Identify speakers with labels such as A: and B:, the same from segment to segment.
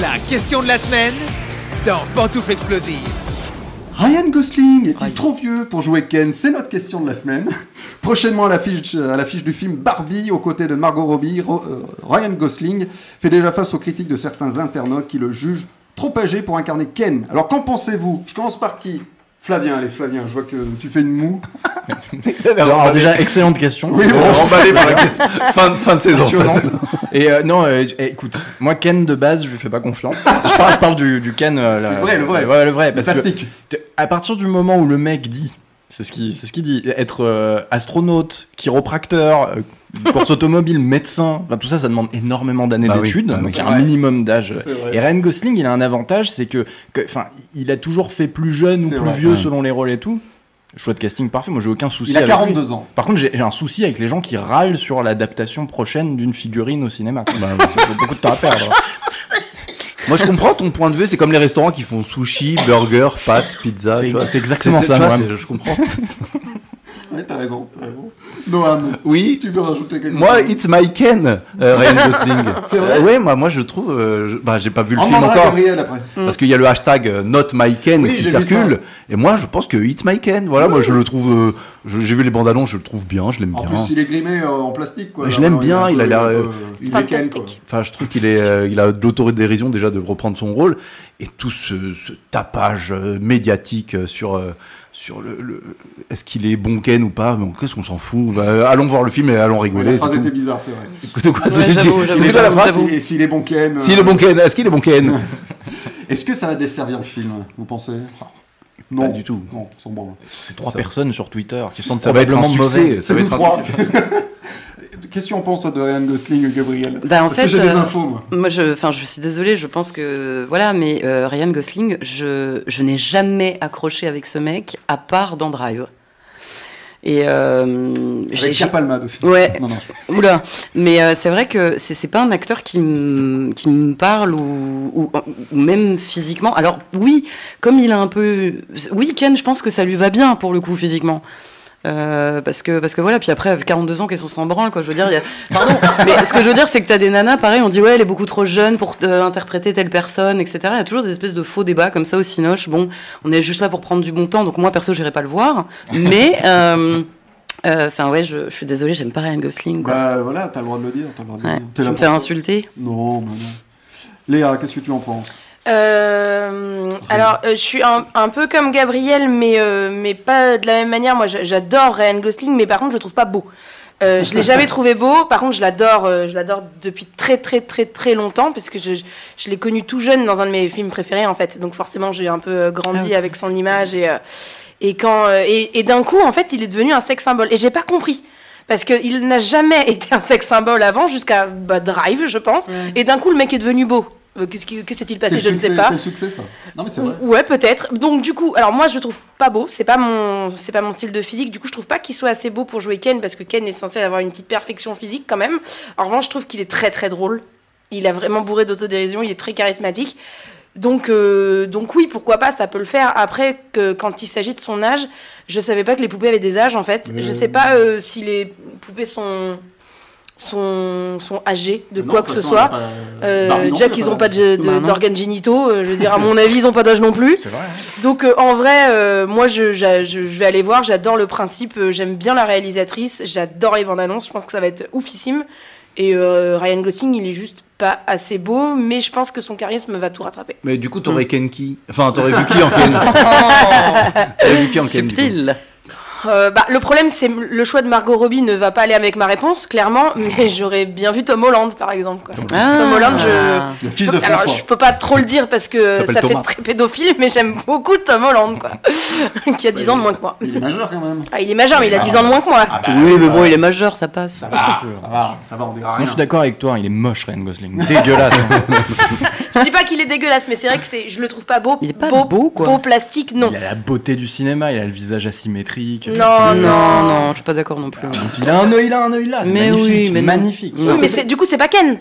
A: la question de la semaine dans Pantoufle Explosive.
B: Ryan Gosling est-il
C: Aïe.
B: trop vieux pour jouer Ken C'est notre question de la semaine. Prochainement à l'affiche, à l'affiche du film Barbie, aux côtés de Margot Robbie, Ro- euh, Ryan Gosling fait déjà face aux critiques de certains internautes qui le jugent trop âgé pour incarner Ken. Alors qu'en pensez-vous Je commence par qui Flavien, allez Flavien, je vois que tu fais une moue. Ah,
D: Alors déjà, excellente question.
B: Oui, bon.
D: emballé par la question. Fin, fin de saison. Et euh, non, euh, j- eh, écoute, moi Ken de base, je lui fais pas confiance. Je parle, je parle du, du Ken. euh, la-
B: Le vrai, le vrai.
D: Ouais, le vrai. Parce que
B: Plastique.
D: t- à partir du moment où le mec dit, c'est ce qu'il c'est ce qu'il dit, être euh, astronaute, chiropracteur, euh, course automobile, médecin, enfin, tout ça, ça demande énormément d'années
E: Bah oui,
D: d'études,
E: bah oui.
D: donc
B: C'est
D: un
B: vrai.
D: minimum d'âge.
B: C'est vrai.
D: Et Ryan Gosling, il a un avantage, c'est que, que- enfin, il a toujours fait plus jeune ou
B: C'est
D: plus
B: vrai,
D: vieux
E: ouais.
D: selon les rôles et tout. Choix de casting parfait, moi j'ai aucun souci.
B: Il a
D: avec lui.
B: 42 ans.
D: Par contre, j'ai j'ai un souci avec les gens qui râlent sur l'adaptation prochaine d'une figurine au cinéma. quoi. Bah, j'ai beaucoup de temps à perdre.
E: Moi, je comprends ton point de vue. C'est comme les restaurants qui font sushi, burger, pâtes, pizza.
D: C'est
E: tu vois.
D: c'est exactement
E: C'est-
D: ça,
E: tu vois,
D: moi.
E: c'est- Je comprends.
B: Ouais, t'as raison, t'as raison. Noam,
E: Oui.
B: tu veux rajouter quelque
E: Moi,
B: chose
E: it's my Ken, euh, Ryan Gosling.
B: C'est vrai
E: Euh, ouais, moi, moi, je trouve. euh, je- bah, j'ai pas vu le
B: On
E: film
B: demandera à
E: encore.
B: Gabriel après.
E: Parce qu'il y a le hashtag euh, Not My Ken
B: Oui,
E: qui
B: j'ai vu
E: circule. Et moi, je pense que It's My Ken. Voilà, moi, je le trouve. euh, je- j'ai vu les bandes annonces, je le trouve bien, je l'aime
B: En
E: bien.
B: plus, il est grimé euh, en plastique. Quoi.
E: Mais je l'aime
B: Vraiment,
E: bien,
B: un
E: il
B: peu-
E: a l'air,
B: un peu-
E: euh,
B: il est Ken,
F: fantastique.
B: quoi.
E: Enfin, je trouve qu'il est, euh, il a de l'autodérision déjà de reprendre son rôle et tout ce, ce tapage euh, médiatique euh, sur euh, sur le, le- est-ce qu'il est bon Ken ou pas Bon, Qu'est-ce qu'on s'en fout Bah, euh, Allons voir le film et allons
B: La
E: rigoler.
B: phrase
E: c'est tout.
B: était bizarre, c'est vrai.
E: De quoi
C: Ouais,
E: c'est-
C: j'avoue,
E: j'ai-
C: j'avoue,
E: c'est déjà la
C: j'avoue,
E: phrase.
C: j'avoue.
B: Et s'il est bon Ken. euh,
E: S'il est bon Ken, est-ce qu'il est bon Ken
B: Est-ce que ça va desservir le film, vous pensez Non.
E: Ah. Pas du tout.
B: Non, ils sont bons.
D: Ces trois
E: Ça-
D: personnes sur Twitter qui sont
E: Ça va être un
D: probablement mauvais.
E: succès. Ça va
B: nous
E: être un
B: trois.
E: succès.
B: Qu'est-ce qu'on pense toi, de Ryan Gosling, Gabriel
C: Bah,
B: Parce
C: en
B: que
C: fait,
B: j'ai des
C: euh,
B: infos, moi.
C: Moi, je, enfin, je suis désolée, je pense que. Voilà, mais euh, Ryan Gosling, je, je n'ai jamais accroché avec ce mec, à part dans Drive. Et. euh, j'ai-
B: Avec
C: j'ai-
B: Chapalmade aussi.
C: Ouais.
B: Non, non, je-
C: Oula Mais euh, c'est vrai que c'est c'est pas un acteur qui me qui me parle ou, ou, ou même physiquement. Alors, oui, comme il a un peu. Oui, Ken, je pense que ça lui va bien pour le coup, physiquement. Euh, parce que parce que voilà puis après 42 ans qu'elles sont sans branle quoi je veux dire il y a- pardon mais ce que je veux dire c'est que t'as des nanas pareil on dit ouais elle est beaucoup trop jeune pour euh, interpréter telle personne etc il y a toujours des espèces de faux débats comme ça au cinoche bon on est juste là pour prendre du bon temps donc moi perso j'irai pas le voir mais euh, euh, enfin ouais je, je suis désolée j'aime pas Ryan Gosling quoi.
B: Bah voilà, t'as le droit de le dire. T'as le droit de le
C: Ouais.
B: dire. T'es
C: Je
B: là
C: me
B: pour
C: fais
B: ça.
C: insulter.
B: Non, mais non. Léa, qu'est-ce que tu en penses
F: Euh, alors, euh, je suis un, un peu comme Gabriel, mais, euh, mais pas de la même manière. Moi, j'a- j'adore Ryan Gosling, mais par contre, je le trouve pas beau. Euh, je l'ai jamais trouvé beau. Par contre, je l'adore. euh, je l'adore depuis très très très très longtemps parce que je, je l'ai connu tout jeune dans un de mes films préférés en fait. Donc forcément, j'ai un peu euh, grandi
C: Ah, ok.
F: avec son image et euh, et quand euh, et, et d'un coup, en fait, il est devenu un sex symbole. Et j'ai pas compris parce que il n'a jamais été un sex symbole avant jusqu'à bah, Drive, je pense. Et d'un coup, le mec est devenu beau. Euh, Qu'est-ce qui- que s'est-il passé
B: le
F: Je ne sais
B: succès-
F: pas.
B: C'est le succès, ça. Non, mais c'est vrai.
F: Ouais, peut-être. Donc du coup, alors moi je le trouve pas beau, c'est pas mon c'est pas mon style de physique. Du coup, je trouve pas qu'il soit assez beau pour jouer Ken parce que Ken est censé avoir une petite perfection physique quand même. En revanche, je trouve qu'il est très très drôle. Il a vraiment bourré d'autodérision, il est très charismatique. Donc euh, donc oui, pourquoi pas, ça peut le faire. Après que quand il s'agit de son âge, je savais pas que les poupées avaient des âges en fait. Je sais pas euh, si les poupées sont sont sont âgées de quoi que ce soit. Euh,
B: Bah,
F: déjà qu'ils n'ont pas de-
C: Bah,
F: de-
C: non.
F: d'organes génitaux, euh, je veux dire, à mon avis, ils n'ont pas d'âge non plus.
D: C'est vrai. hein.
F: Donc euh, en vrai, euh, moi je, j'a- je- je vais aller voir, j'adore le principe, euh, j'aime bien la réalisatrice, j'adore les bandes annonces, je pense que ça va être oufissime. Et euh, Ryan Gosling, il est juste pas assez beau, mais je pense que son charisme va tout rattraper.
E: Mais du coup, t'aurais Ken qui Enfin, t'aurais vu qui en Ken T'aurais vu qui en Ken du coup
C: Subtil.
F: Euh, bah, le problème, c'est m- le choix de Margot Robbie ne va pas aller avec ma réponse, clairement, mais j'aurais bien vu Tom Holland par exemple. quoi.
C: Ah.
F: Tom Holland, je-
B: Le fils de
F: Alors
B: François.
F: je peux pas trop le dire parce que
E: s'appelle
F: ça
E: Thomas.
F: fait très pédophile, mais j'aime beaucoup Tom Holland, quoi, qui a 10 ans de moins que moi.
B: Il est majeur quand même.
F: Ah, il est majeur, mais il a 10 ans de moins que moi.
C: Oui, mais bon, il est majeur, ça passe.
B: Ah,
D: sûr.
B: ça va, ça va, on dira
D: Sinon, je
B: rien.
D: suis d'accord avec toi, il est moche, Ryan Gosling. Dégueulasse. hein.
F: Je dis pas qu'il est dégueulasse, mais c'est vrai que c'est, je le trouve pas beau.
C: Il est pas beau, quoi.
F: Beau plastique, non.
D: Il a la beauté du cinéma, il a le visage asymétrique.
F: Non,
D: C'est-
C: Non, non, je suis pas d'accord non plus.
D: Il a un œil là, un œil là. c'est
C: Mais
D: magnifique,
C: oui, mais non.
D: magnifique.
C: Non.
F: Oui, mais c'est, du coup, c'est pas Ken.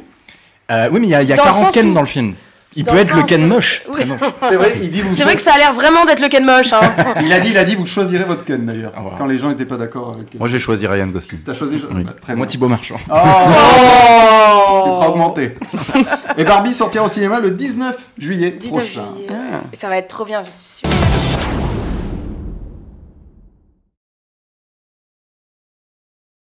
D: Euh, oui, mais il y a, il y a
F: Dans le
D: 40
F: sens
D: Ken
F: où-
D: dans le film. Il
F: dans
D: peut
F: le
D: être le
F: sens
D: Ken
F: où-
D: moche.
F: Oui.
D: Très moche.
B: C'est vrai, il dit vous.
F: C'est vrai que ça a l'air vraiment d'être le Ken moche. Hein.
B: Il a dit, il a dit, vous choisirez votre Ken d'ailleurs.
D: Ah, voilà.
B: Quand les gens n'étaient pas d'accord avec.
E: Moi, j'ai choisi Ryan Gosling.
B: T'as choisi.
E: Oui.
B: Bah, très
D: Moi,
B: bien.
D: Thibaut Marchand.
B: Oh Il sera augmenté. Et Barbie sortira au cinéma le 19 juillet
F: 19
B: prochain.
C: Ah.
F: juillet, ouais. Ça va être trop bien, je suis sûre.